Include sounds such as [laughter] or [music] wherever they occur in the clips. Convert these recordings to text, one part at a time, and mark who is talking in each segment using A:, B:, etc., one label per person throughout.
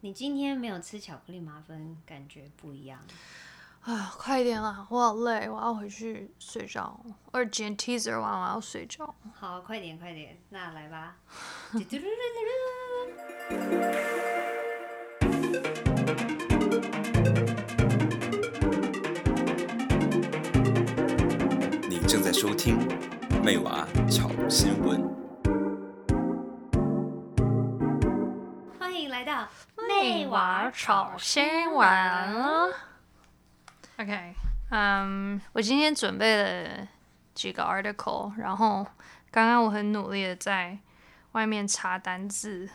A: 你今天没有吃巧克力麻芬，感觉不一样。
B: 啊，快一点啦！我好累，我要回去睡觉。二剪 teaser 完，我要睡觉。
A: 好，快点，快点，那来吧。 [laughs]
C: 你正在收听《妹娃巧新闻》。
A: 欢迎来到
B: 内娃炒新闻。OK，嗯、我今天准备了几个 article，然后刚刚我很努力的在外面查单字，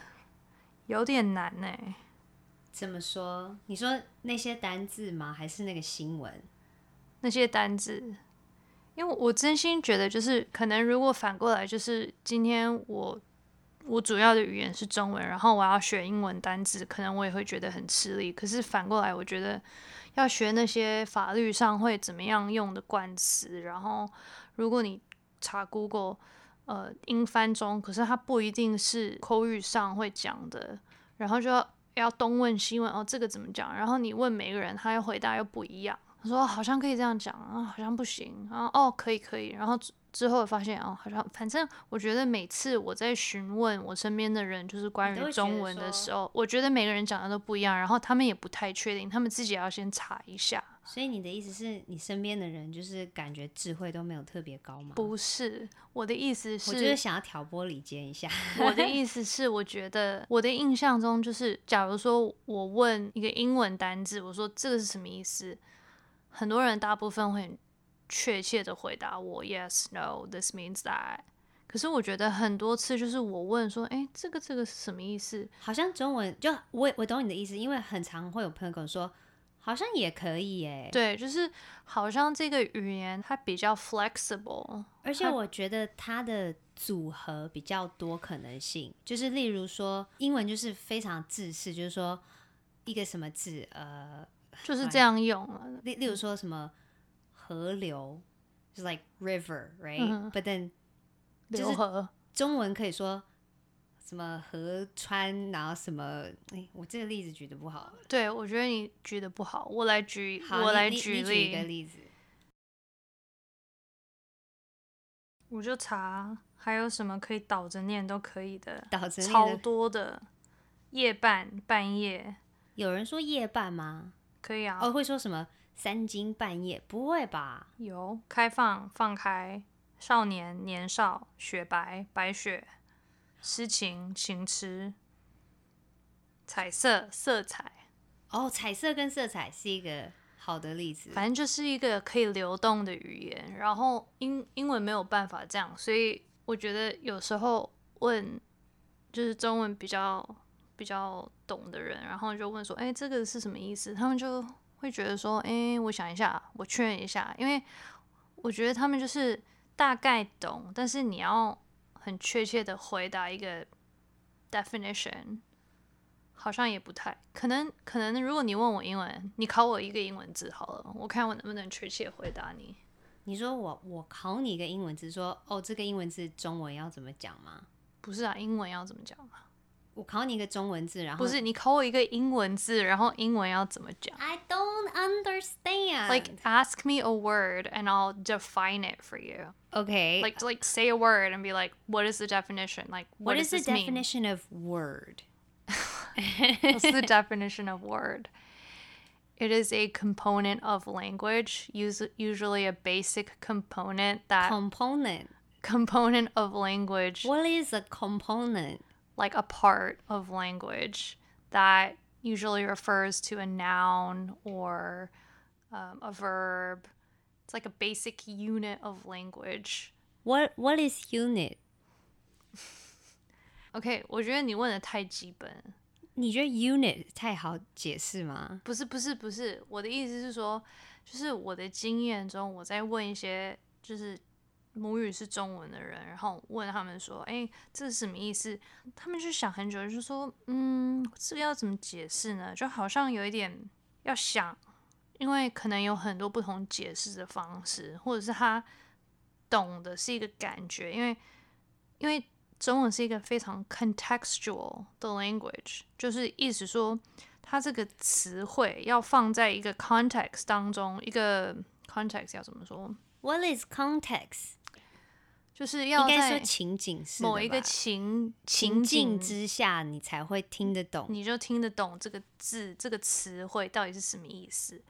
B: 有点难欸呢、
A: 怎么说？你说那些单字吗？还是那个新闻？
B: 那些单字，因为我真心觉得，就是可能如果反过来，就是今天我我主要的语言是中文，然后我要学英文单字，可能我也会觉得很吃力。可是反过来，我觉得要学那些法律上会怎么样用的冠词，然后如果你查 Google，呃，英翻中，可是它不一定是口语上会讲的，然后就要要东问西问，哦，这个怎么讲？然后你问每个人，他要回答又不一样。他说哦好像可以这样讲啊，好像不行啊，哦，可以可以。然后之之后发现哦，好像反正我觉得每次我在询问我身边的人，就是关
A: 你都
B: 于
A: 会觉得
B: 中文的
A: 说
B: 时候，我觉得每个人讲的都不一样，然后他们也不太确定，他们自己要先查一下。
A: 所以你的意思是你身边的人就是感觉智慧都没有特别高吗？
B: 不是我的意思是，
A: 我就是想要挑拨离间一下。 [laughs]
B: 我的意思是，我觉得我的印象中就是，假如说我问一个英文单字，我说这个是什么意思，很多人大部分会很确切的回答我 yes no this means that。可是我觉得很多次就是我问说，哎，这个这个是什么意思？
A: 好像中文就我我懂你的意思，因为很常会有朋友跟我说，好像也可以耶。
B: 对，就是好像这个语言它比较 flexible，
A: 而且我觉得它的组合比较多可能性，就是例如说英文就是非常自式，就是说一个什么字，呃，
B: 就是这样用了。
A: 例例如说什么河流，就是 like river，right？But、
B: 嗯
A: then 就是
B: 流河
A: 中文可以说什么河川，然后什么，哎、我这个例子举的不好，
B: 对我觉得你举的不好，我来举，
A: 好，
B: 我
A: 你
B: 来
A: 你
B: 举
A: 你举一个例子，
B: 我就查还有什么可以倒着念都可以的，
A: 导致
B: 超多的。夜半半夜
A: 有人说夜半吗？
B: 可以啊，
A: 哦，会说什么三更半夜？不会吧？
B: 有开放放开，少年年少雪白白雪，诗情情痴，彩色色彩，
A: 哦，彩色跟色彩是一个好的例子。
B: 反正就是一个可以流动的语言。然后英英文没有办法这样，所以我觉得有时候问就是中文比较比较懂的人，然后就问说：“哎、这个是什么意思？”他们就会觉得说：“哎、我想一下，我确认一下。”因为我觉得他们就是大概懂，但是你要很确切的回答一个 definition。好像也不太可能。可能如果你问我英文，你考我一个英文字好了，我看我能不能确切回答你。
A: 你说我我考你一个英文字，说哦这个英文字中文要怎么讲吗？
B: 不是啊，英文要怎么讲啊？
A: 我考你一个中文字，然后
B: 不是你考我一个英文字，然后英文要怎么讲
A: I don't understand。
B: ？Like ask me a word and I'll define it for you.
A: OK,
B: Like like say a word and be like, what is the definition? Like
A: what
B: does
A: is the
B: this mean?
A: definition of word?
B: What's
A: [laughs]
B: the definition of word? It is a component of language, us- usually a basic component that
A: Component.
B: component of language
A: What is a component?
B: like a part of language that usually refers to a noun or um, a verb. It's like a basic unit of language.
A: What What is unit?
B: OK，我觉得你问的太基本，
A: 你觉得 unit 太好解释吗？
B: 不是不是不是，我的意思是说，就是我的经验中，我在问一些就是母语是中文的人，然后问他们说，哎、这是什么意思？他们就想很久，就说，嗯，这个要怎么解释呢？就好像有一点要想，因为可能有很多不同解释的方式，或者是他懂的是一个感觉，因为因为中文是一个非常 contextual 的 language，就是意思说，它这个词汇要放在一个 context 当中，一个 context 要怎么说？
A: What is context？
B: 就是要
A: 应该说
B: 在
A: 情景是
B: 哦某一个情
A: 情境
B: 境
A: 之下，你才会听得懂。
B: 你就听得懂这个字、这个词汇到底是什么意思。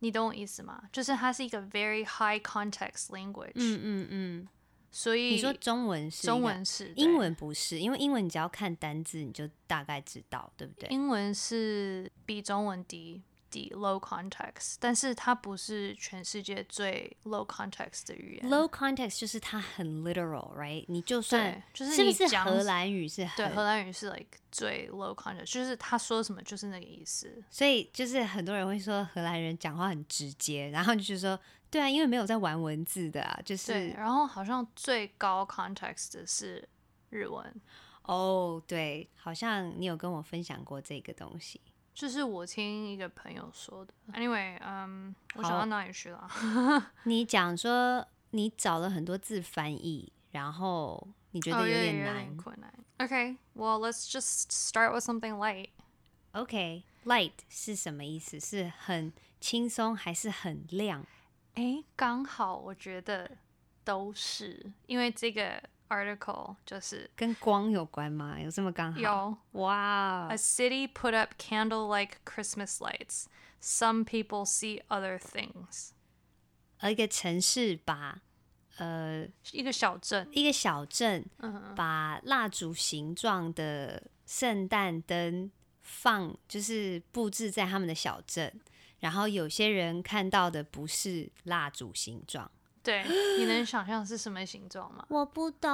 B: 你懂我意思吗？就是它是一个 very high context language，、
A: 嗯嗯嗯，
B: 所以
A: 你说中文是一个
B: 中文是对
A: 英文不是，因为英文你只要看单字你就大概知道，对不对？
B: 英文是比中文低低 low context，但是它不是全世界最 low context 的语言。
A: Low context 就是它很 literal，right？你就算
B: 对就是
A: 不
B: 你
A: 是
B: 讲
A: 荷兰语是
B: 对，
A: 很
B: 荷兰语是 like 最 low context，就是他说什么就是那个意思。
A: 所以就是很多人会说荷兰人讲话很直接，然后你就说对啊，因为没有在玩文字的啊，就
B: 对，
A: 是
B: 然后好像最高 context 的是日文，
A: 哦，对，好像你有跟我分享过这个东西。
B: 就是我听一个朋友说的。Anyway，嗯、我
A: 好
B: 想到哪里去了？ [laughs]
A: 你讲说你找了很多字翻译，然后你
B: 哦
A: 觉得有点难。
B: 困难。Okay，well let's just start with something light。
A: OK，light、是什么意思？是很轻松还是很亮？
B: 诶，刚好我觉得都是，因为这个 article 就是
A: 跟光有关吗？有这么刚好？
B: 有
A: 哇哦
B: a city put up candle-like Christmas lights. Some people see other things.
A: 呃而一个城市把呃
B: 一个小镇，
A: 一个小镇
B: 嗯，
A: 把蜡烛形状的圣诞灯放，就是布置在他们的小镇。然后有些人看到的不是蜡烛形状，
B: 对，你能想象是什么形状吗？
A: 我不懂，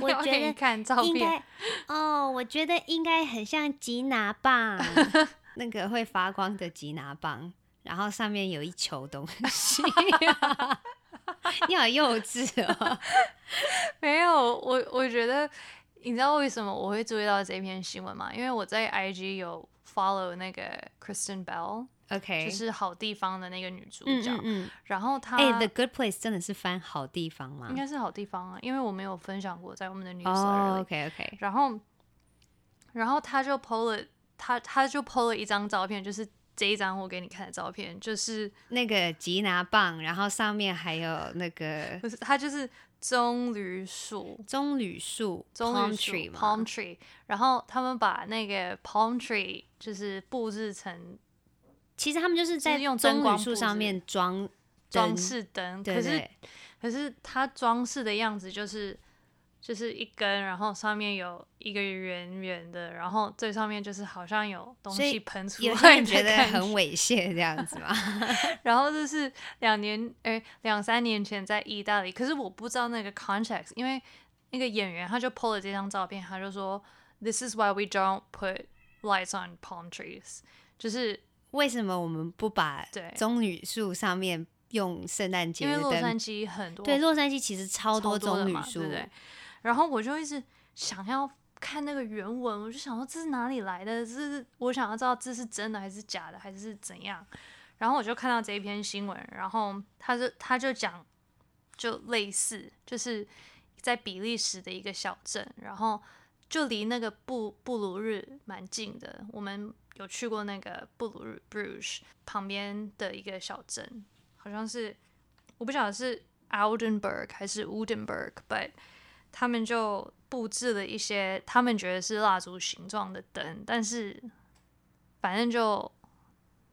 A: 我
B: 要给
A: 觉
B: 你
A: 得
B: 看照
A: 应
B: 片，
A: 该哦，我觉得应该很像吉拿棒，
B: [laughs]
A: 那个会发光的吉拿棒，然后上面有一球东
B: [laughs]
A: 西，你好幼稚哦。
B: [laughs] [laughs] 没有我，我觉得你知道为什么我会注意到这篇新闻吗？因为我在 IG 有 follow 那个 Kristen Bell，
A: OK，
B: 就是好地方的那个女主
A: 嗯
B: 角，
A: 嗯嗯，
B: 然后她
A: 哎、t h e Good Place 真的是翻好地方吗
B: 啊应？该是好地方啊，因为我没有分享过在我们的 newsletter
A: 哦、
B: 里
A: o k OK，
B: 然后，然后他就 PO 了，他他就 PO 了一张照片，就是这一张我给你看的照片，就是
A: 那个吉拿棒，然后上面还有那个
B: [laughs] 不是他就是棕榈树，
A: 棕榈树
B: 棕榈
A: （palm
B: 树
A: tree）
B: palm
A: 嘛，
B: tree，然后他们把那个 palm tree 就是布置成
A: 其实他们就是在
B: 是用
A: 棕
B: 灯光
A: 榈树
B: 布置
A: 上面装
B: 装
A: 灯，
B: 饰灯，
A: 对
B: 可是
A: 对，
B: 可是它装饰的样子就是就是一根，然后上面有一个圆圆的，然后最上面就是好像有东
A: 所以
B: 西喷出
A: 有些
B: 来
A: 人
B: 的
A: 觉得
B: 感
A: 很
B: [laughs] 觉
A: 猥亵这样子嘛。
B: 然后这是两年哎两三年前在意大利，可是我不知道那个 context，因为那个演员他就 PO 了这张照片，他就说 This is why we don't put lights on palm trees，就是
A: [laughs] 为什么我们不把
B: 对
A: 棕榈树上面用圣诞节
B: 因为
A: 的
B: 洛
A: 灯
B: 杉？矶很多
A: 对，洛杉矶其实超
B: 超
A: 多棕
B: 的
A: 榈
B: 嘛，
A: 树
B: 对不，对？然后我就一直想要看那个原文，我就想说这是哪里来的？这是我想要知道这是真的还是假的，还是怎样？然后我就看到这一篇新闻，然后他就他就讲，就类似就是在比利时的一个小镇，然后就离那个布布鲁日蛮近的，我们有去过那个布鲁日 Bruges 旁边的一个小镇，好像是我不晓得是 Aldenburg 还是 Udenburg，but 他们就布置了一些他们觉得是蜡烛形状的灯，但是反正就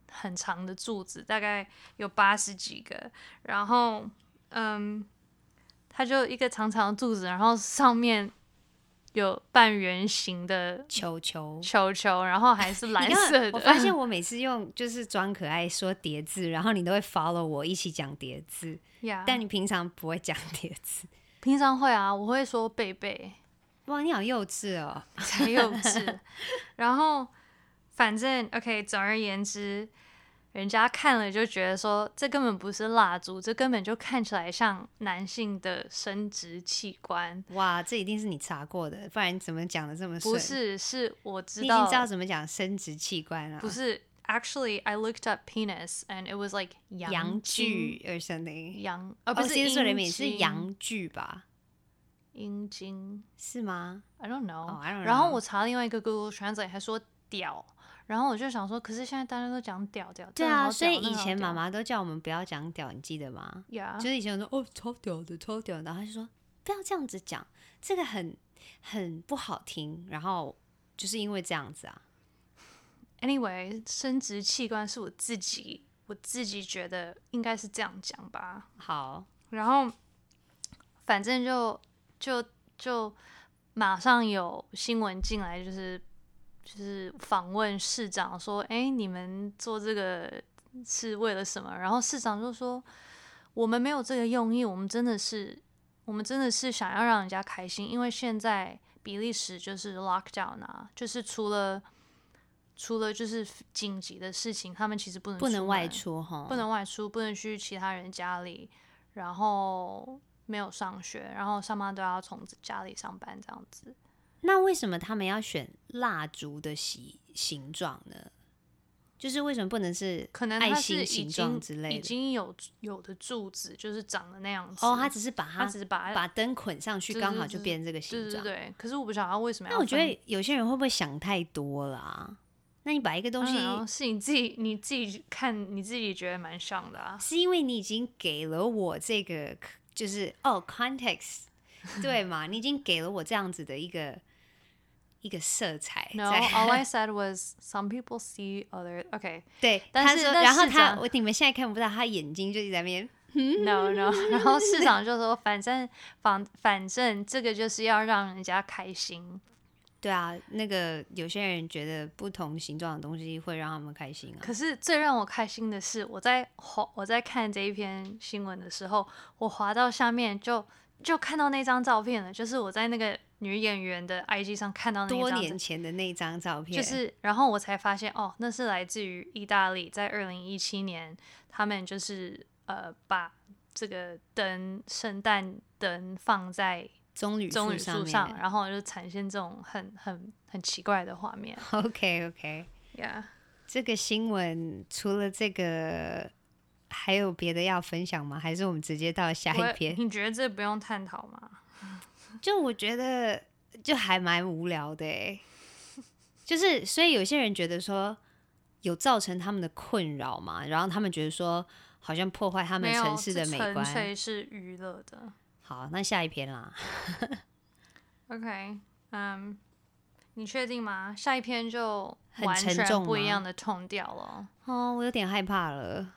B: 很长的柱子，大概有八十几个，然后嗯，它就一个长长的柱子，然后上面有半圆形的
A: 球球。
B: 球球，然后还是蓝
A: 你看
B: 色的。
A: 我发现我每次用就是装可爱说叠字，然后你都会 follow 我一起讲叠字，
B: 呀
A: 但你平常不会讲 [laughs] 叠字。
B: 平常会啊，我会说贝贝。
A: 哇，你好幼稚哦！
B: 才幼稚。然后反正 OK，总而言之，人家看了就觉得说这根本不是蜡烛，这根本就看起来像男性的生殖器官。
A: 哇，这一定是你查过的，不然你怎么讲的这么顺？
B: 不，是，是我知
A: 你已经
B: 道，
A: 知道怎么讲生殖器官了。
B: 不是。Actually, I looked up penis, and it was like
A: 阳
B: 阳
A: 具 or something，
B: 阳，而、呃
A: 哦
B: 不是
A: 其实说
B: 阴
A: 里面是
B: 茎
A: 阳具吧？
B: 阴茎
A: 是吗？
B: ，I don't know、
A: 哦，I don't know
B: 然后我查另外一个 Google Translate 还说屌，然后我就想说，可是现在大家都讲屌屌，
A: 对啊，所
B: 这个
A: 以
B: 好屌啊
A: 以前妈，
B: 那个好
A: 妈都叫我们不要讲屌，你记得吗？
B: 屌 Yeah，
A: 就是以前我说哦超屌的超屌的，然后他就说不要这样子讲，这个很很不好听。然后就是因为这样子啊，
B: Anyway，生殖器官是我自己，我自己觉得应该是这样讲吧。
A: 好，
B: 然后，反正就就就马上有新闻进来，就是就是访问市长说：“哎，你们做这个是为了什么？”然后市长就说：“我们没有这个用意，我们真的是我们真的是想要让人家开心，因为现在比利时就是 lockdown 啊，就是除了除了就是紧急的事情，他们其实不能
A: 不能
B: 门
A: 外出哈，
B: 不能外出，不能去其他人家里，然后没有上学，然后上班都要从家里上班这样子。
A: 那为什么他们要选蜡烛的形形状呢？就是为什么不能是
B: 可能
A: 爱
B: 他
A: 心
B: 是已
A: 形状
B: 经
A: 之类
B: 已
A: 的？
B: 经有有的柱子就是长得那样子。
A: 哦，他只是把
B: 他
A: 它
B: 只是把
A: 把灯捆上去，
B: 对对
A: 刚好
B: 对
A: 就
B: 对
A: 变这个形
B: 对对
A: 状。
B: 对，可是我不晓得他为什么要
A: 那
B: 分。
A: 我觉得有些人会不会想太多了啊？那你把一个东
B: 当
A: 西，
B: 嗯然啊是你自己你自己看你自己觉得蛮像的啊。
A: 是因为你已经给了我这个，就是哦，context，对
B: [laughs]
A: 嘛？你已经给了我这样子的一个一个色彩
B: No,
A: 在 [laughs]
B: all I said was some people see other. Okay,
A: 对，
B: 但
A: 他
B: 是
A: 说，
B: 但
A: 然后
B: 市
A: 他，
B: 长
A: 我你们现在看不到，他眼睛就一直在那边。
B: no no，然后市长就说，反正反反正这个就是要让人家开心。
A: 对啊，那个有些人觉得不同形状的东西会让他们开心啊。
B: 可是最让我开心的是，我在滑我在看这一篇新闻的时候，我滑到下面就就看到那张照片了，就是我在那个女演员的 IG 上看到那一
A: 多
B: 张
A: 年前的那张照片，
B: 就是，然后我才发现哦，那是来自于意大利，在二零一七年，他们就是呃把这个灯圣诞灯放在
A: 棕榈
B: 棕榈
A: 上
B: 树
A: 面。
B: 上，然后就产生这种很很很奇怪的画面。
A: OK OK，
B: Yeah，
A: 这个新闻除了这个，还有别的要分享吗？还是我们直接到下
B: 我
A: 一篇？
B: 你觉得这不用探讨吗？
A: [laughs] 就我觉得就还蛮无聊的欸就是所以有些人觉得说有造成他们的困扰嘛，然后他们觉得说好像破坏他们
B: 没有，
A: 城市
B: 这
A: 的美
B: 纯
A: 观。
B: 粹是娱乐的。
A: 好，那下一篇啦。
B: OK，嗯、你确定吗？下一篇就
A: 很
B: 完
A: 沉
B: 全
A: 重
B: 不
A: 吗
B: 一样的痛调了。
A: 哦，我有点害怕了。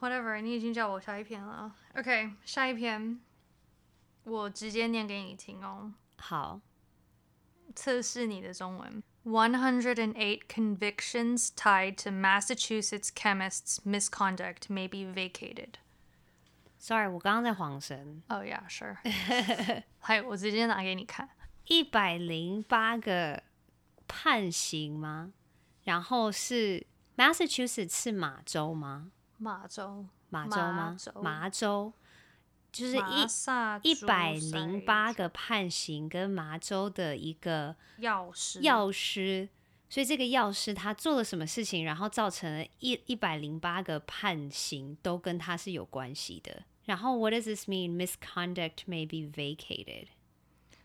B: Whatever，你已经叫我下一篇了。OK，下一篇我直接念给你听哦，
A: 好，
B: 测试你的中文。One hundred and eight convictions tied to Massachusetts chemists' misconduct may be vacated.
A: Sorry，我刚刚在晃神。
B: Oh yeah, sure.
A: [laughs]
B: 还我直接拿给你看。
A: 一百零八个判刑吗？然后是 Massachusetts 是马州吗？
B: 马州，
A: 马州吗？
B: 马
A: 麻州就是一
B: 马萨
A: 一
B: 诸
A: 百
B: 塞
A: 零八个判刑跟麻州的一个
B: 药师
A: 药师，所以这个药师他做了什么事情，然后造成了一一百零八个判刑都跟他是有关系的。然后 What does this mean? Misconduct may be vacated.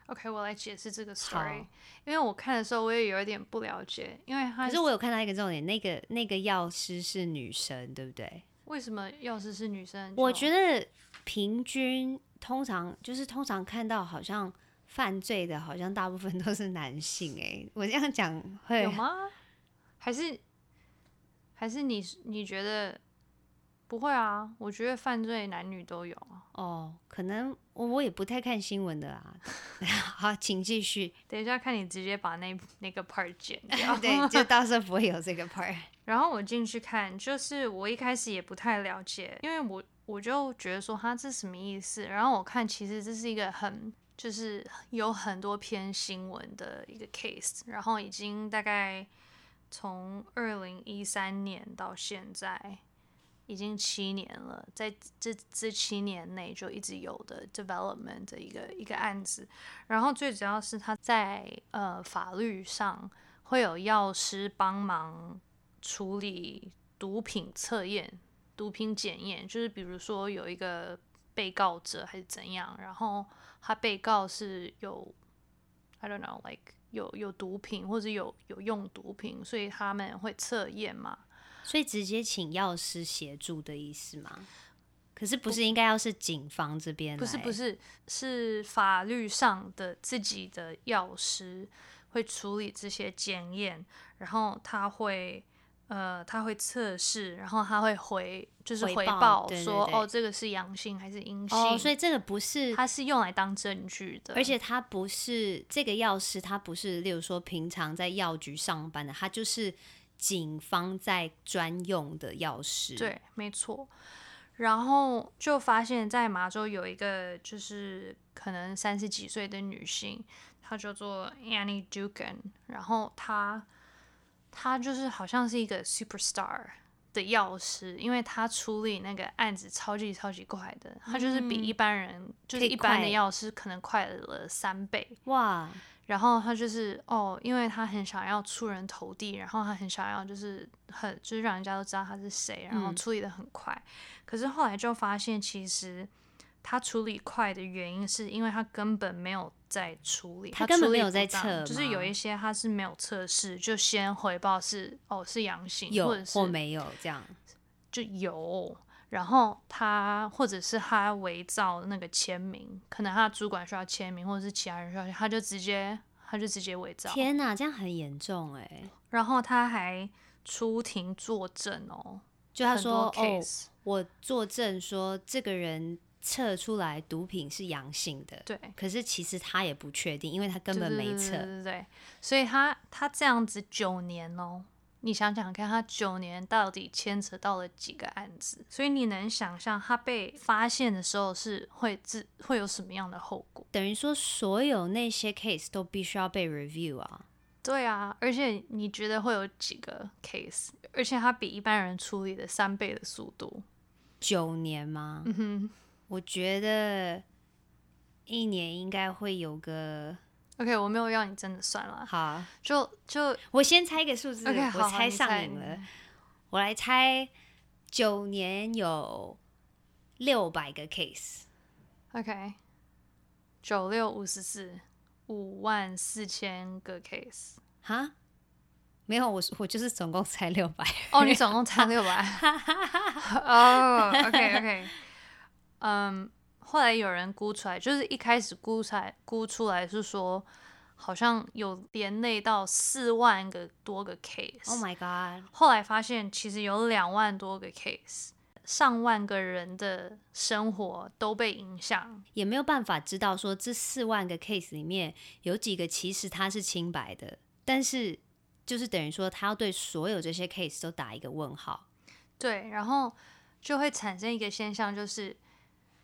B: OK，我来解释这个
A: 好
B: story，因为我看的时候我也有一点不了解，因为他
A: 可是我有看到一个重点，那个那个药师是女生，对不对？
B: 为什么药师是女生就？
A: 我觉得平均通常就是通常看到好像犯罪的，好像大部分都是男性、诶，我这样讲会
B: 有吗？还是还是你你觉得不会啊？我觉得犯罪男女都有啊。
A: 哦，可能我我也不太看新闻的啦。 [laughs] 好，请继续。
B: 等一下看你直接把那那个 part 剪掉。
A: [laughs] 对，
B: [laughs]
A: 就到时候不会有这个 part。
B: 然后我进去看，就是我一开始也不太了解，因为我我就觉得说他这什么意思。然后我看，其实这是一个很就是有很多篇新闻的一个 case，然后已经大概从二零一三年到现在。已经七年了，在这这七年内就一直有的 development 的一个一个案子，然后最主要是他在呃法律上会有药师帮忙处理毒品测验、毒品检验，就是比如说有一个被告者还是怎样，然后他被告是有，I don't know，like 有有毒品或者有有用毒品，所以他们会测验嘛。
A: 所以直接请药师协助的意思吗？可是不是应该要是警方这边？
B: 不是不，是，是法律上的自己的药师会处理这些检验，然后他会呃他会测试，然后他会回就是
A: 回
B: 回
A: 报
B: 报
A: 对对
B: 说
A: 对
B: 哦这个是阳性还是阴性，
A: 哦，所以这个不是，
B: 它是用来当证据的，
A: 而且他不是这个药师，他不是，例如说平常在药局上班的，他就是警方在专用的药师。，
B: 对，没错。然后就发现，在麻州有一个就是可能三十几岁的女性，她叫做 Annie Dugan，然后她她就是好像是一个 superstar 的药师，因为她处理那个案子超级超级快的，她就是比一般人、就
A: 可
B: 是
A: 以
B: 一般
A: 快
B: 的药师可能快了三倍，
A: 哇，
B: 然后他就是哦，因为他很想要出人头地，然后他很想要就是很就是让人家都知道他是谁，然后
A: 嗯
B: 处理的很快。可是后来就发现，其实他处理快的原因是因为他根本没有在处理，
A: 他
B: 他
A: 根本
B: 处理
A: 没有在
B: 不当
A: 测
B: 就是有
A: 吗
B: 一些他是没有测试，就先回报是哦是阳性，
A: 有
B: 或者是
A: 或没有这样？
B: 就有。然后他或者是他伪造那个签名，可能他的主管需要签名，或者是其他人需要签，他就直接他就直接伪造。
A: 天哪，这样很严重哎、
B: 然后他还出庭作证哦，
A: 就他
B: 很
A: 说
B: 多
A: 哦，
B: case，、
A: 我作证说这个人测出来毒品是阳性的，
B: 对，
A: 可是其实他也不确定，因为他根本
B: 对
A: 没
B: 对对对
A: 测。
B: 对对，所以他他这样子九年哦，你想想看，他九年到底牵扯到了几个案子？所以你能想象他被发现的时候是会自会有什么样的后果？
A: 等于说所有那些 case 都必须要被 review 啊。
B: 对啊，而且你觉得会有几个 case？而且他比一般人处理的三倍的速度，
A: 九年吗？
B: 嗯哼。
A: 我觉得一年应该会有个
B: OK，我没有要你真的算了，
A: 好。
B: 就就
A: 我先猜一个数字
B: OK，好
A: 我
B: 好
A: 猜
B: 你
A: 上
B: 猜
A: 瘾了
B: 你。
A: 我来猜，九年有六百个 case，
B: OK，九六五十四，五万四千个 case。
A: 哈？没有，我我就是总共猜六百。[laughs]
B: 哦，你总共才六百。哦
A: [laughs]
B: ，OK OK，嗯，后来有人估出来，就是一开始估出来估出来是说，好像有连累到四万个多个 case。
A: Oh my god！
B: 后来发现其实有两万多个 case，上万个人的生活都被影响。
A: 也没有办法知道说这四万个 case 里面有几个其实他是清白的，但是就是等于说他要对所有这些 case 都打一个问号。
B: 对，然后就会产生一个现象，就是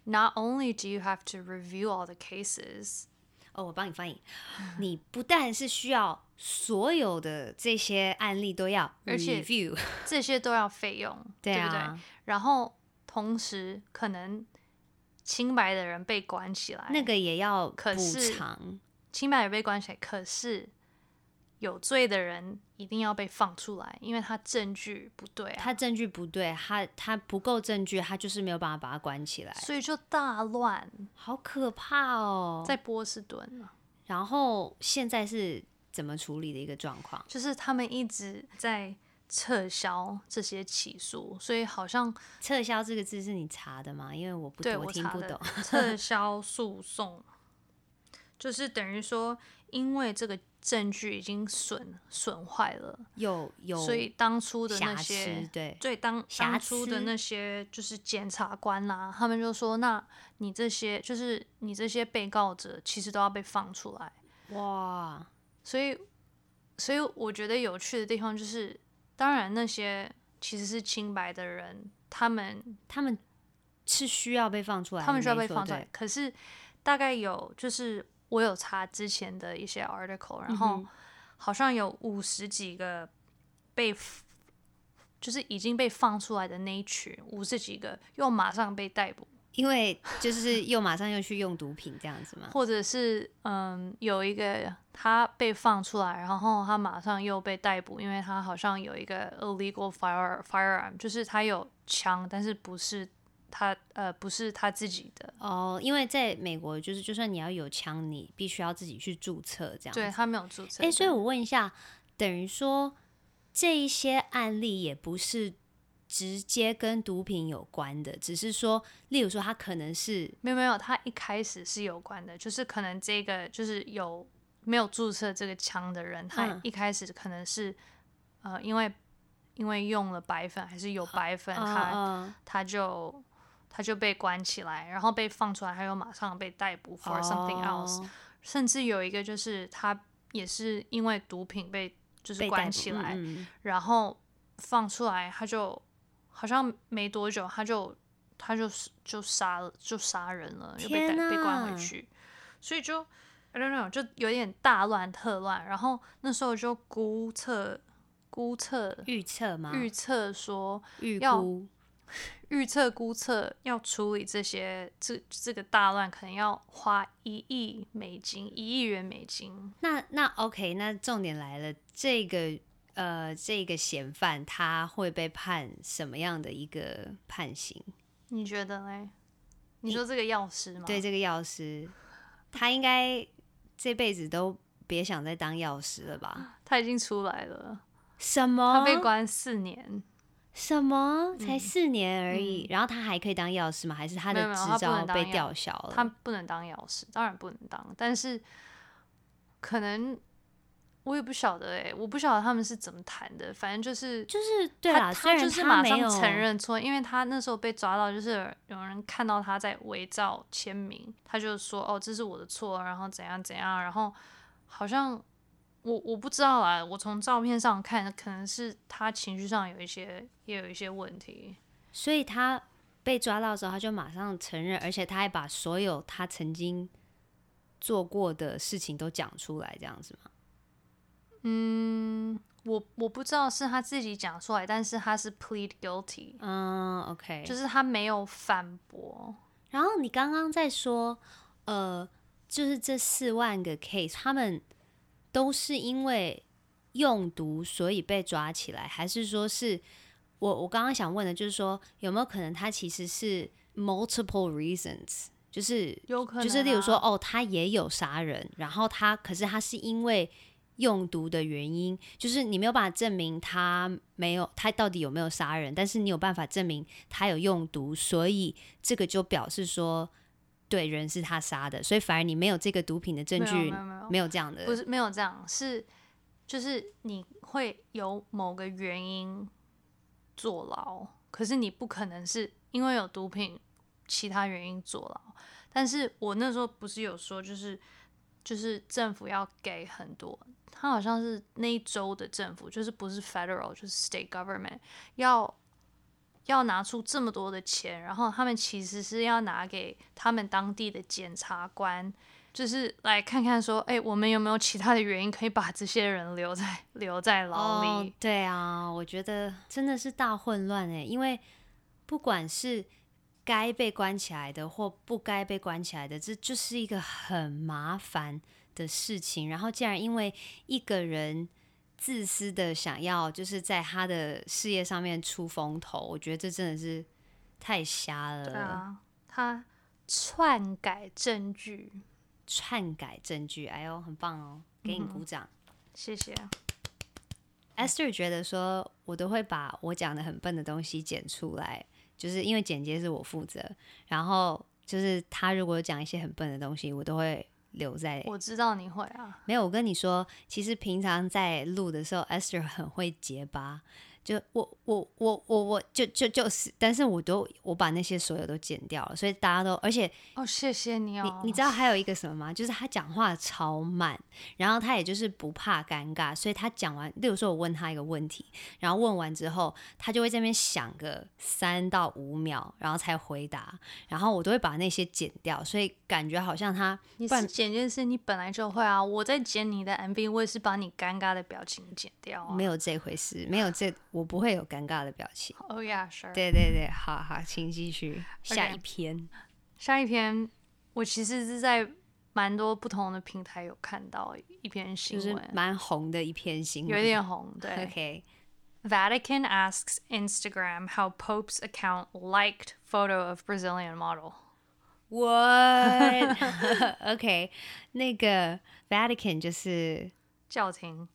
B: not only do you have to review all the cases，
A: 哦，我帮你翻译，你不但是需要所有的这些案例都要
B: 而且
A: review，
B: 这些都要费用，
A: 对
B: 不
A: 啊
B: 对？然后同时可能清白的人被关起来，
A: 那个也要
B: 可
A: 补
B: 是
A: 偿。
B: 清白人被关起来，可是。有罪的人一定要被放出来，因为他证据不对啊，
A: 他证据不对，他他不够证据，他就是没有办法把他关起来，
B: 所以就大乱，
A: 好可怕哦。
B: 在波士顿啊，
A: 然后现在是怎么处理的一个状况？
B: 就是他们一直在撤销这些起诉，所以好像
A: 撤销这个字是你查的吗？因为我不
B: 对
A: 我听
B: 查
A: 不
B: 的
A: 懂。
B: 撤销诉讼，就是等于说，因为这个证据已经损损坏了，
A: 有有
B: 所以当初的
A: 瑕
B: 那
A: 疵
B: 些，。
A: 对，
B: 对，当
A: 瑕
B: 当初
A: 疵
B: 的那些就是检察官啦、他们就说，那你这些就是你这些被告者，其实都要被放出来。
A: 哇，
B: 所以，所以我觉得有趣的地方就是，当然那些其实是清白的人，他们
A: 他们是需要被放出来的，
B: 他们需要
A: 没
B: 被
A: 错
B: 放出来
A: 对。
B: 可是大概有就是我有查之前的一些 article，然
A: 嗯
B: 后
A: 哼
B: 好像有五十几个被 f- 就是已经被放出来的那一群五十几个又马上被逮捕，
A: 因为就是又马上又去用毒品这样子嘛。
B: 或者是嗯有一个他被放出来，然后他马上又被逮捕，因为他好像有一个 illegal fire firearm，就是他有枪，但是不是他呃不是他自己的，
A: 哦，因为在美国，就是就算你要有枪，你必须要自己去注册这样子。
B: 对他没有注册的。
A: 哎、所以我问一下，等于说这一些案例也不是直接跟毒品有关的，只是说，例如说他可能是
B: 没有没有，他一开始是有关的，就是可能这个就是有没有注册这个枪的人，他
A: 嗯
B: 一开始可能是、呃因为因为用了白粉还是有白粉，他、
A: 嗯
B: 他就他就被关起来，然后被放出来，他又马上被逮捕 for something else，、
A: 哦
B: 甚至有一个就是他也是因为毒品被就是
A: 被
B: 关
A: 逮捕
B: 起来，
A: 嗯嗯
B: 然后放出来，他就好像没多久，他就他就是就杀了，就杀人了，又被
A: 天
B: 逮被关
A: 呐
B: 回去，所以就 I don't know，就有点大乱特乱。然后那时候就估测估测
A: 预测吗？
B: 预测说
A: 预
B: 要
A: 估
B: 预测估测要处理这些这这个大乱，可能要花一亿美金，一亿元美金。
A: 那那 OK，那重点来了，这个呃，这个嫌犯他会被判什么样的一个判刑？
B: 你觉得嘞？你说这个药师吗？
A: 对这个药师，他应该这辈子都别想再当药师了吧？
B: 他已经出来了。
A: 什么？
B: [gasps] 他被关四年，
A: 什么？才四年而已，然后他还可以当药师吗？还是他
B: 嗯没有
A: 的
B: 没有
A: 执
B: 他不能
A: 照
B: 当
A: 被
B: 药
A: 吊销了？
B: 他不能当药师，当然不能当，但是可能我也不晓得哎、我不晓得他们是怎么谈的，反正就是
A: 就是对
B: 他
A: 啦，虽
B: 他
A: 然
B: 就是马
A: 没有
B: 上承认错，因为他那时候被抓到，就是有人看到他在伪造签名，他就说哦这是我的错，然后怎样怎样，然后好像。我我不知道啊，我从照片上看，可能是他情绪上有一些，也有一些问题。
A: 所以他被抓到之后，他就马上承认，而且他还把所有他曾经做过的事情都讲出来，这样子嘛？
B: 嗯我我不知道是他自己讲出来，但是他是 plead guilty，、
A: 嗯，OK。
B: 就是他没有反驳。
A: 然后你刚刚在说，呃，就是这四万个 case，他们都是因为用毒所以被抓起来，还是说是我我刚刚想问的，就是说有没有可能他其实是 multiple reasons，就是
B: 有可能啊
A: 就是例如说，哦，他也有杀人，然后他可是他是因为用毒的原因，就是你没有办法证明他没有，他到底有没有杀人，但是你有办法证明他有用毒，所以这个就表示说，对，人是他杀的，所以反而你没有这个毒品的证
B: 没有
A: 据
B: 没有，没有
A: 没有这样的，
B: 不是没有这样，是就是你会有某个原因坐牢，可是你不可能是因为有毒品其他原因坐牢。但是我那时候不是有说，就是就是政府要给很多，他好像是那一州的政府，就是不是 federal 就是 state government 要。要拿出这么多的钱，然后他们其实是要拿给他们当地的检察官，就是来看看说，哎、我们有没有其他的原因可以把这些人留在留在牢
A: 哦
B: 里？
A: 对啊，我觉得真的是大混乱哎，因为不管是该被关起来的或不该被关起来的，这就是一个很麻烦的事情。然后，竟然因为一个人自私的想要就是在他的事业上面出风头，我觉得这真的是太瞎了。
B: 对啊，他篡改证据，
A: 篡改证据，哎呦，很棒哦，给你
B: [laughs]
A: 鼓掌。
B: 谢谢。
A: Esther 觉得说，我都会把我讲的很笨的东西剪出来，就是因为剪接是我负责。然后就是他如果有讲一些很笨的东西，我都会留在。
B: 我知道你会啊，
A: 没有，我跟你说，其实平常在录的时候，Esther 很会结巴。就我我我我我就就就是，但是我都我把那些所有都剪掉了，所以大家都，而且
B: 哦，谢谢你
A: 你
B: 哦，
A: 你知道还有一个什么吗？就是他讲话超慢，然后他也就是不怕尴尬，所以他讲完，例如说我问他一个问题，然后问完之后，他就会在那边想个三到五秒，然后才回答，然后我都会把那些剪掉，所以感觉好像他
B: 你
A: 不然
B: 是剪件事，你本来就会啊。我在剪你的 MV，我也是把你尴尬的表情剪掉啊。
A: 没有这回事，没有这我不会有尴尬的表情。
B: 哦、oh、，Yeah sure。
A: 对对对，好好，请继续下一篇。
B: 下一篇，我其实是在蛮多不同的平台有看到一篇新
A: 就是
B: 闻，
A: 蛮红的一篇新闻，
B: 有一点红，对。
A: OK。
B: Vatican asks Instagram how Pope's account liked photo of Brazilian model.
A: [laughs] What? [laughs] OK，那个 Vatican 就是
B: 教廷.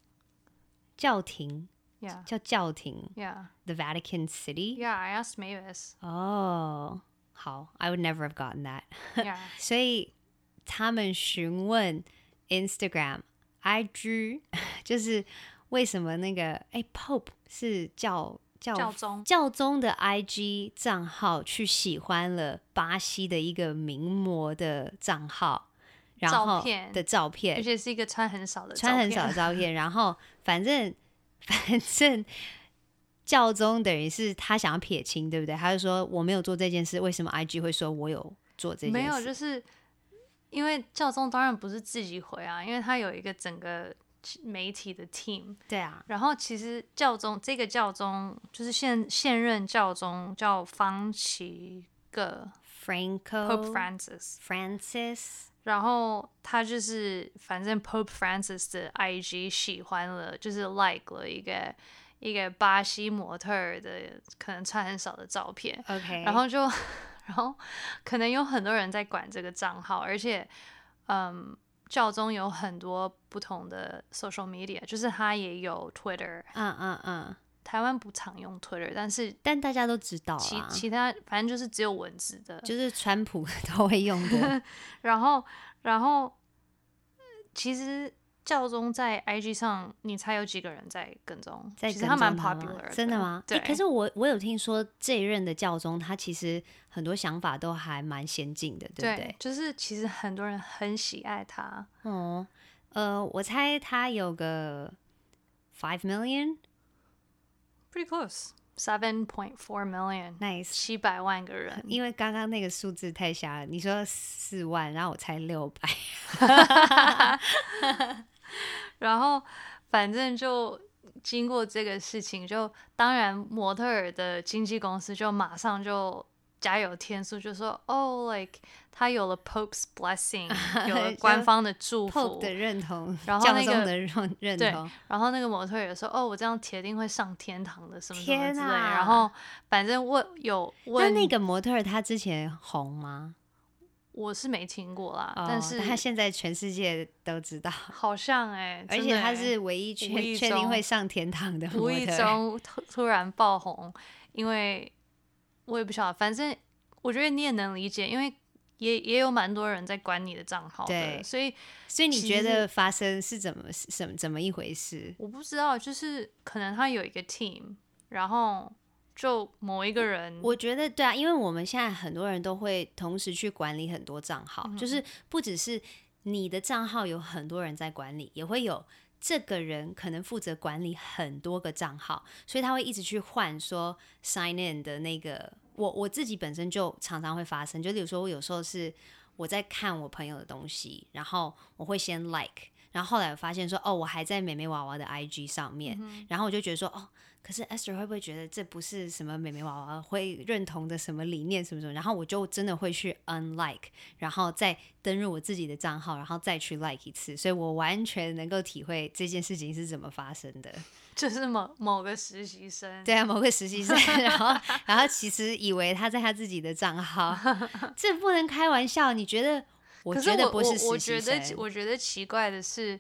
A: 教廷，
B: Yeah.
A: 叫教廷
B: Yeah.
A: ，The Vatican City。
B: Yeah, I asked
A: [laughs]
B: Mavis.
A: 哦，好，I would never have gotten that。 [laughs]
B: Yeah.
A: 所以他们询问 Instagram、IG，就是为什么那个哎 Pope 是教教
B: 教宗
A: 教宗的 IG 账号去喜欢了巴西的一个名模的账号，然后
B: 照片
A: 的照片，
B: 而且是一个穿很少的
A: 穿很少的照
B: [laughs]
A: 片，然后反正反正教宗等于是他想要撇清，对不对？他就说我没有做这件事，为什么 IG 会说我有做这件事？
B: 没有，就是因为教宗当然不是自己回啊，因为他有一个整个媒体的 team。
A: 对啊，
B: 然后其实教宗这个教宗就是现现任教宗叫方奇各
A: Franco
B: Pope Francis，、
A: Francis
B: 然后他就是反正 Pope Francis 的 IG 喜欢了，就是 like 了一个一个巴西模特儿的可能穿很少的照片，
A: OK，
B: [laughs] 然后就， [laughs] 然后可能有很多人在管这个账号，而且，嗯，教宗有很多不同的 social media，就是他也有 Twitter，
A: 嗯嗯嗯，
B: 台湾不常用 Twitter，但是
A: 但大家都知道
B: 其
A: 啊，
B: 其他反正就是只有文字的，
A: 就是川普 [laughs] 都会用
B: [laughs]
A: 的，
B: 然后，然后，其实教宗在 IG 上，你猜有几个人在跟踪？
A: 在
B: 其
A: 跟踪
B: 实他
A: 他
B: 蛮
A: 吗
B: popular 的，
A: 真的吗？
B: 对，
A: 诶可是我我有听说这一任的教宗，他其实很多想法都还蛮先进的，对
B: 对
A: 不对？
B: 就是其实很多人很喜爱
A: [laughs]
B: 他，
A: 哦，呃，我猜他有个 five million，nice，
B: pretty close. Seven point four million，七百万个人，
A: 因为刚刚那个数字太瞎了，你说四万，然后我猜六百，
B: [laughs]
A: [laughs]
B: 然后反正就经过这个事情，就当然模特儿的经纪公司就马上就加油添醋，就说哦，like 他有了 Pope's
A: [laughs]
B: blessing，有了官方的祝
A: Pope
B: 福，
A: 的认同，
B: 然后
A: 教
B: 那
A: 宗
B: 个
A: 的认认
B: 对
A: 同，
B: 然后那个模特儿也说哦，我这样铁定会上天堂的，什么什么之类的。
A: 天啊
B: 然后反正问有
A: 那
B: 问
A: 那个模特儿他之前红吗？
B: 我是没听过啦，
A: 哦
B: 但是
A: 他现在全世界都知
B: [laughs]
A: 道，
B: 好像哎、
A: 而
B: 真
A: 且
B: 的
A: 他
B: 欸
A: 是唯一确
B: 无意
A: 确定
B: 中
A: 会上天堂的模
B: 无意
A: 特儿。
B: 中突突然爆红，因为我也不晓得，反正我觉得你也能理解，因为也也有蛮多人在管你的账号的，
A: 对
B: 所以
A: 所以你
B: 其
A: 觉
B: 实
A: 得发生是怎么是什么怎么一回事？
B: 我不知道，就是可能他有一个 team，然后就某一个人，
A: 我觉得对啊，因为我们现在很多人都会同时去管理很多账号，就是不只是你的账号有很多人在管理，也会有这个人可能负责管理很多个账号，所以他会一直去换说 sign in 的那个。我我自己本身就常常会发生，就比如说我有时候是我在看我朋友的东西，然后我会先 like。然后后来我发现说，哦，我还在美美娃娃的 IG 上面，然后我就觉得说，哦，可是 Esther 会不会觉得这不是什么美美娃娃会认同的什么理念什么什么？然后我就真的会去 unlike，然后再登入我自己的账号，然后再去 like 一次，所以我完全能够体会这件事情是怎么发生
B: [laughs]
A: 的。
B: 就是某某个实习生，
A: 对啊，某个实习生，然后然后其实以为他在他自己的账
B: [laughs]
A: 号，这不能开玩笑。你觉得？我
B: 可是
A: 觉
B: 我
A: 得不是
B: 我我
A: 实习
B: 觉得
A: 生，
B: 我觉得奇怪的是，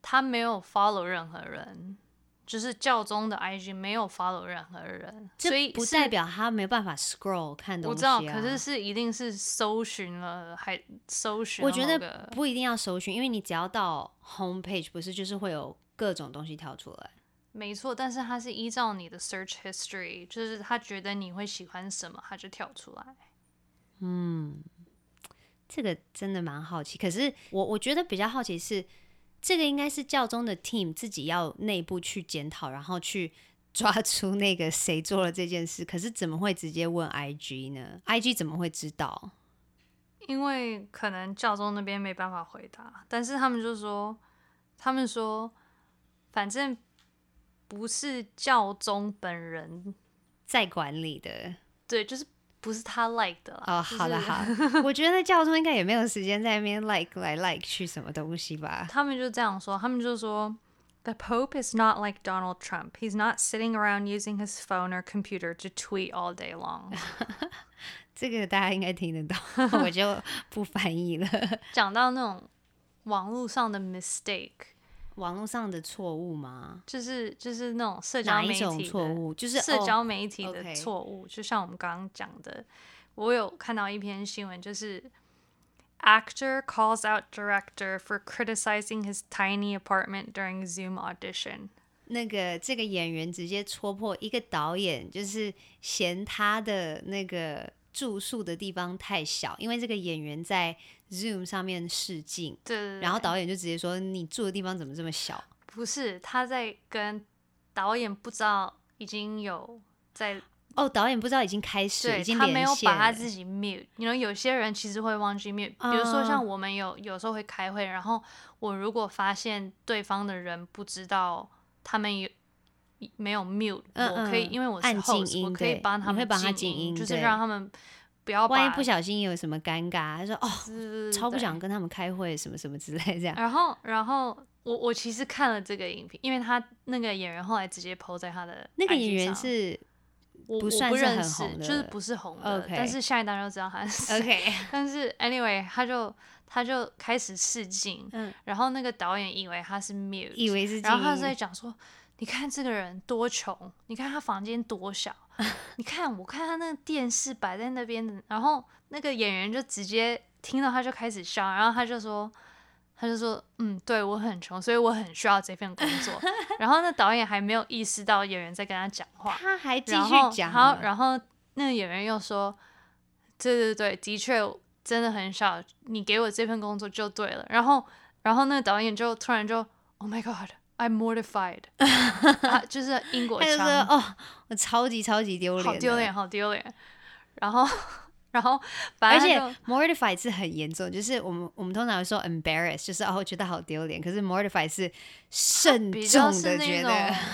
B: 他没有 follow 任何人，就是教宗的 IG 没有 follow 任何人，所
A: 这
B: 以
A: 不
B: 是
A: 代表他没办法 scroll 看东
B: 我知
A: 西啊。
B: 道，可是是一定是搜寻了，还搜寻
A: 我
B: 了某
A: 觉
B: 个。
A: 得不一定要搜寻，因为你只要到 home page，不是就是会有各种东西跳出来。
B: 没错，但是它是依照你的 search history，就是他觉得你会喜欢什么，他就跳出来。嗯
A: 这个真的蛮好奇，可是我我觉得比较好奇是，这个应该是教宗的 team 自己要内部去检讨，然后去 [laughs] 抓出那个谁做了这件事。可是怎么会直接问 IG 呢？IG 怎么会知道？
B: 因为可能教宗那边没办法回答，但是他们就说，他们说，反正不是教宗本人，
A: 在管理的
B: 对，就是不是他 like 的啦
A: 哦，
B: 就是
A: 好的好的，
B: [laughs]
A: 我觉得教宗应该也没有时间在那边 like 来 like 去什么东西吧。
B: 他们就这样说，他们就说 The Pope is not like Donald Trump. He's not sitting around using his phone or computer to tweet all day
A: [laughs]
B: long.
A: 这个大家应该听得 [laughs] 到，我就不翻译了。
B: 讲到那种网络上的 mistake，
A: 网络上的错误吗？
B: 就是就是那种社交
A: 哪
B: 媒
A: 一
B: 体
A: 种
B: 的
A: 错误？就是
B: 社
A: 哦
B: 交媒体的
A: OK
B: 错误，就像我们刚刚讲的，我有看到一篇新闻，就是 actor calls out director for criticizing his tiny apartment during Zoom audition。
A: 那个这个演员直接戳破一个导演，就是嫌他的那个住宿的地方太小，因为这个演员在 Zoom 上面试镜，
B: 对对对，
A: 然后导演就直接说你住的地方怎么这么小？
B: 不是他在跟导演不知道已经有在
A: 哦，导演不知道已经开始，
B: 对
A: 已经
B: 他没有
A: 连线
B: 把他
A: 了
B: 自己 mute。你 know，有些人其实会忘记 mute，比如说
A: 嗯
B: 像我们有有时候会开会，然后我如果发现对方的人不知道他们有。没有 mute，、
A: 嗯
B: 我可以，
A: 嗯
B: 因为我是
A: 按静
B: host，我
A: 音
B: 可以
A: 对
B: 帮他
A: 你会
B: 们
A: 帮他
B: 静
A: 静音
B: 就是
A: 对
B: 让他们不要把
A: 万一不小心有什么尴尬，他说哦，
B: 对
A: 超不
B: 对
A: 想跟他们开会，什么什么之类这样。
B: 然后，然后我我其实看了这个影片，因为他那个演员后来直接 PO 在他的
A: 那个
B: IG
A: 演员
B: 上
A: 是
B: 我
A: 不
B: 我
A: 算
B: 不
A: 是
B: 认
A: 很
B: 识
A: 红
B: 就是
A: 的
B: 不是红的
A: OK
B: 但是下一代都知道他是谁
A: OK，
B: [laughs] 但是 anyway，他就他就开始试镜，
A: 嗯
B: 然后那个导演以为他是 mute，
A: 以为是静
B: 然后他就
A: 音
B: 在讲说，你看这个人多穷，你看他房间多
A: [laughs]
B: 小，你看我看他那个电视摆在那边的，然后那个演员就直接听到他就开始笑，然后他就说。他就说：“嗯，对我很穷，所以我很需要这份工
A: [laughs]
B: 作。”然后那导演还没有意识到演员在跟他讲话，
A: 他还继
B: 然
A: 续
B: 后，
A: 讲
B: 然后，
A: 了，
B: 然后那个演员又说：“对对对，的确真的很少，你给我这份工作就对了。”然后，然后那个导演就突然就：“Oh my God, I'm mortified 。 [laughs] 啊”就是英国
A: 他就
B: 腔，
A: 说哦，我超级超级丢脸，
B: 好丢脸，。好丢脸。然后，然后，
A: 而
B: 反正
A: 且
B: 他就
A: mortify 是很严重，就是我们我们通常会说 embarrass，就是哦觉得好丢脸，可是 mortify
B: [laughs]
A: 是慎
B: 比较
A: 重
B: 是
A: 的觉
B: 那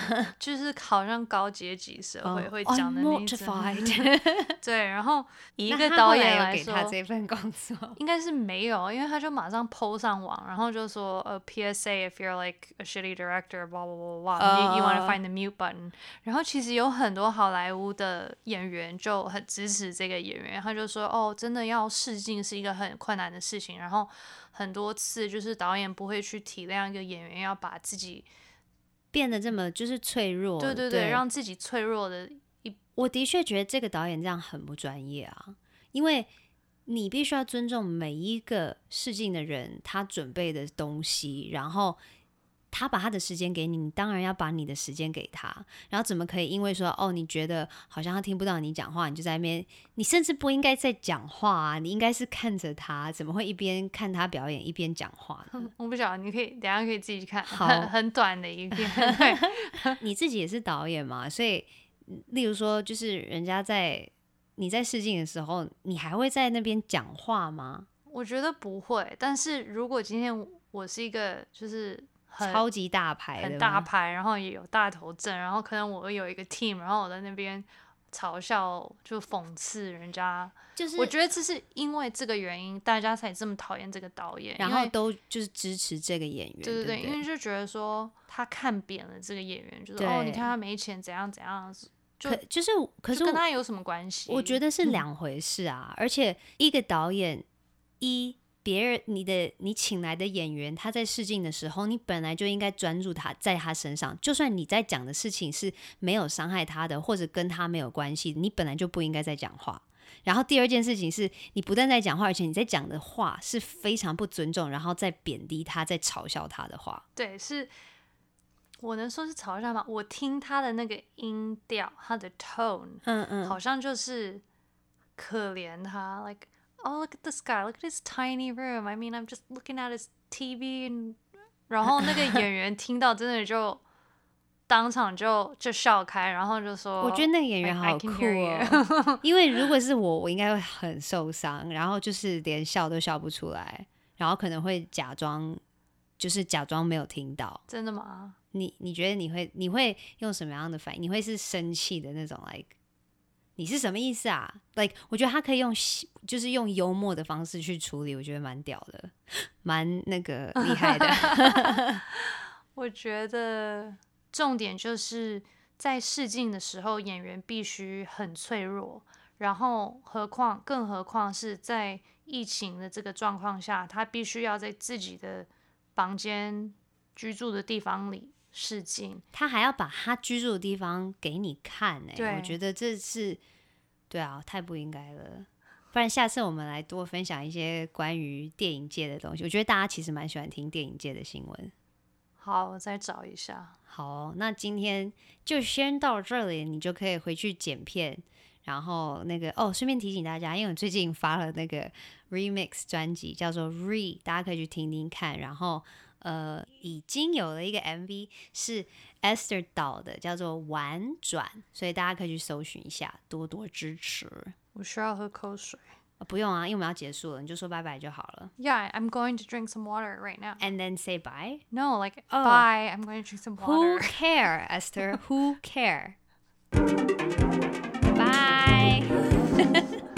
A: 得， [laughs]
B: 种，就是好像高阶级社会会讲的
A: 哦
B: 那
A: ，I'm
B: 一种。
A: mortified。
B: [laughs] 对，
A: [laughs]
B: 然后以一
A: 那
B: 个
A: 他
B: 导
A: 后来
B: 演
A: 有
B: 来
A: 给
B: 说，
A: 他这份工作，
B: 应该是没有，因为他就马上 PO 上网，然后就说呃 PSA if you're like a shitty director blah blah blah blah you you wanna
A: 哦
B: find the mute button。然后其实有很多好莱坞的演员就很支持这个演员，他就说哦，真的要试镜是一个很困难的事情，然后很多次就是导演不会去体谅一个演员要把自己
A: 变得这么就是脆弱。
B: 对对对，让自己脆弱的
A: 我的确觉得这个导演这样很不专业啊，因为你必须要尊重每一个试镜的人他准备的东西，然后他把他的时间给你，你当然要把你的时间给他，然后怎么可以因为说哦，你觉得好像他听不到你讲话，你就在那边，你甚至不应该在讲话啊，你应该是看着他，怎么会一边看他表演一边讲话呢？
B: 我不晓得，你可以等一下可以自己去看，
A: 好
B: 很很短的一片，对，
A: 你自己也是导演嘛，所以例如说，就是人家在你在试镜的时候，你还会在那边讲话吗？
B: 我觉得不会，但是如果今天我是一个就是很
A: 超级大牌的
B: 很
A: 吗
B: 大，牌，然后也有大头症，然后可能我有一个 team，然后我在那边嘲笑就讽刺人家，
A: 就是
B: 我觉得这是因为这个原因，大家才这么讨厌这个导演，
A: 然
B: 因
A: 后
B: 为
A: 都就是支持这个演员，
B: 对
A: 对
B: 对
A: 不
B: 因为就觉得说他看扁了这个演员，就是哦，你
A: 对
B: 看他没钱怎样怎样，就
A: 可就是可是
B: 就跟
A: 我
B: 他有什么关系？
A: 我觉得是两回事啊，而且一个导演一。别人，你的你请来的演员，他在试镜的时候，你本来就应该专注他在他身上。就算你在讲的事情是没有伤害他的，或者跟他没有关系，你本来就不应该在讲话。然后第二件事情是你不但在讲话，而且你在讲的话是非常不尊重，然后在贬低他，在嘲笑他的话。
B: 对，是我能说是嘲笑吗？我听他的那个音调，他的 tone，、
A: 嗯嗯
B: 好像就是可怜他，like oh look at this guy, look at his tiny room. I mean, I'm just looking at his TV. And... [laughs] 然后那个演员听到真的就当场就就笑开，然后就说，
A: 我觉得那个演员
B: "I- I
A: 好酷
B: can hear
A: 哦，因为如果是我，我应该会很受伤，然后就是连笑都笑不出来，然后可能会假装，就是假装没有听到。
B: [laughs] 真的吗？
A: 你你觉得你会你会用什么样的反应？你会是生气的那种，like 你是什么意思啊？like 我觉得他可以用喜就是用幽默的方
B: [laughs]
A: 式去处理，我觉得蛮屌的，蛮那个厉害的。
B: 我觉得重点就是在试镜的时候，演员必须很脆弱，然后何况更何况是在疫情的这个状况下，他必须要在自己的房间居住的地方里试镜。
A: 他还要把他居住的地方给你看哎、
B: 对
A: 我觉得这是对啊，太不应该了。不然下次我们来多分享一些关于电影界的东西，我觉得大家其实蛮喜欢听电影界的新闻。
B: 好，我再找一下。
A: 好哦、那今天就先到这里，你就可以回去剪片。然后那个哦，顺便提醒大家，因为我最近发了那个 remix 专辑，叫做 Re，大家可以去听听看。然后呃，已经有了一个 MV 是 Esther 导的，叫做《婉转》，所以大家可以去搜寻一下，多多支持。
B: 我需要喝口水。
A: 啊不用啊，因为我们要结束了，你就说拜拜就好了
B: Yeah, I'm going to drink some water right now.
A: ，and then say bye。
B: No, like
A: Oh.
B: bye. I'm going to drink some
A: Who
B: water.
A: care, Esther? Who care? Bye.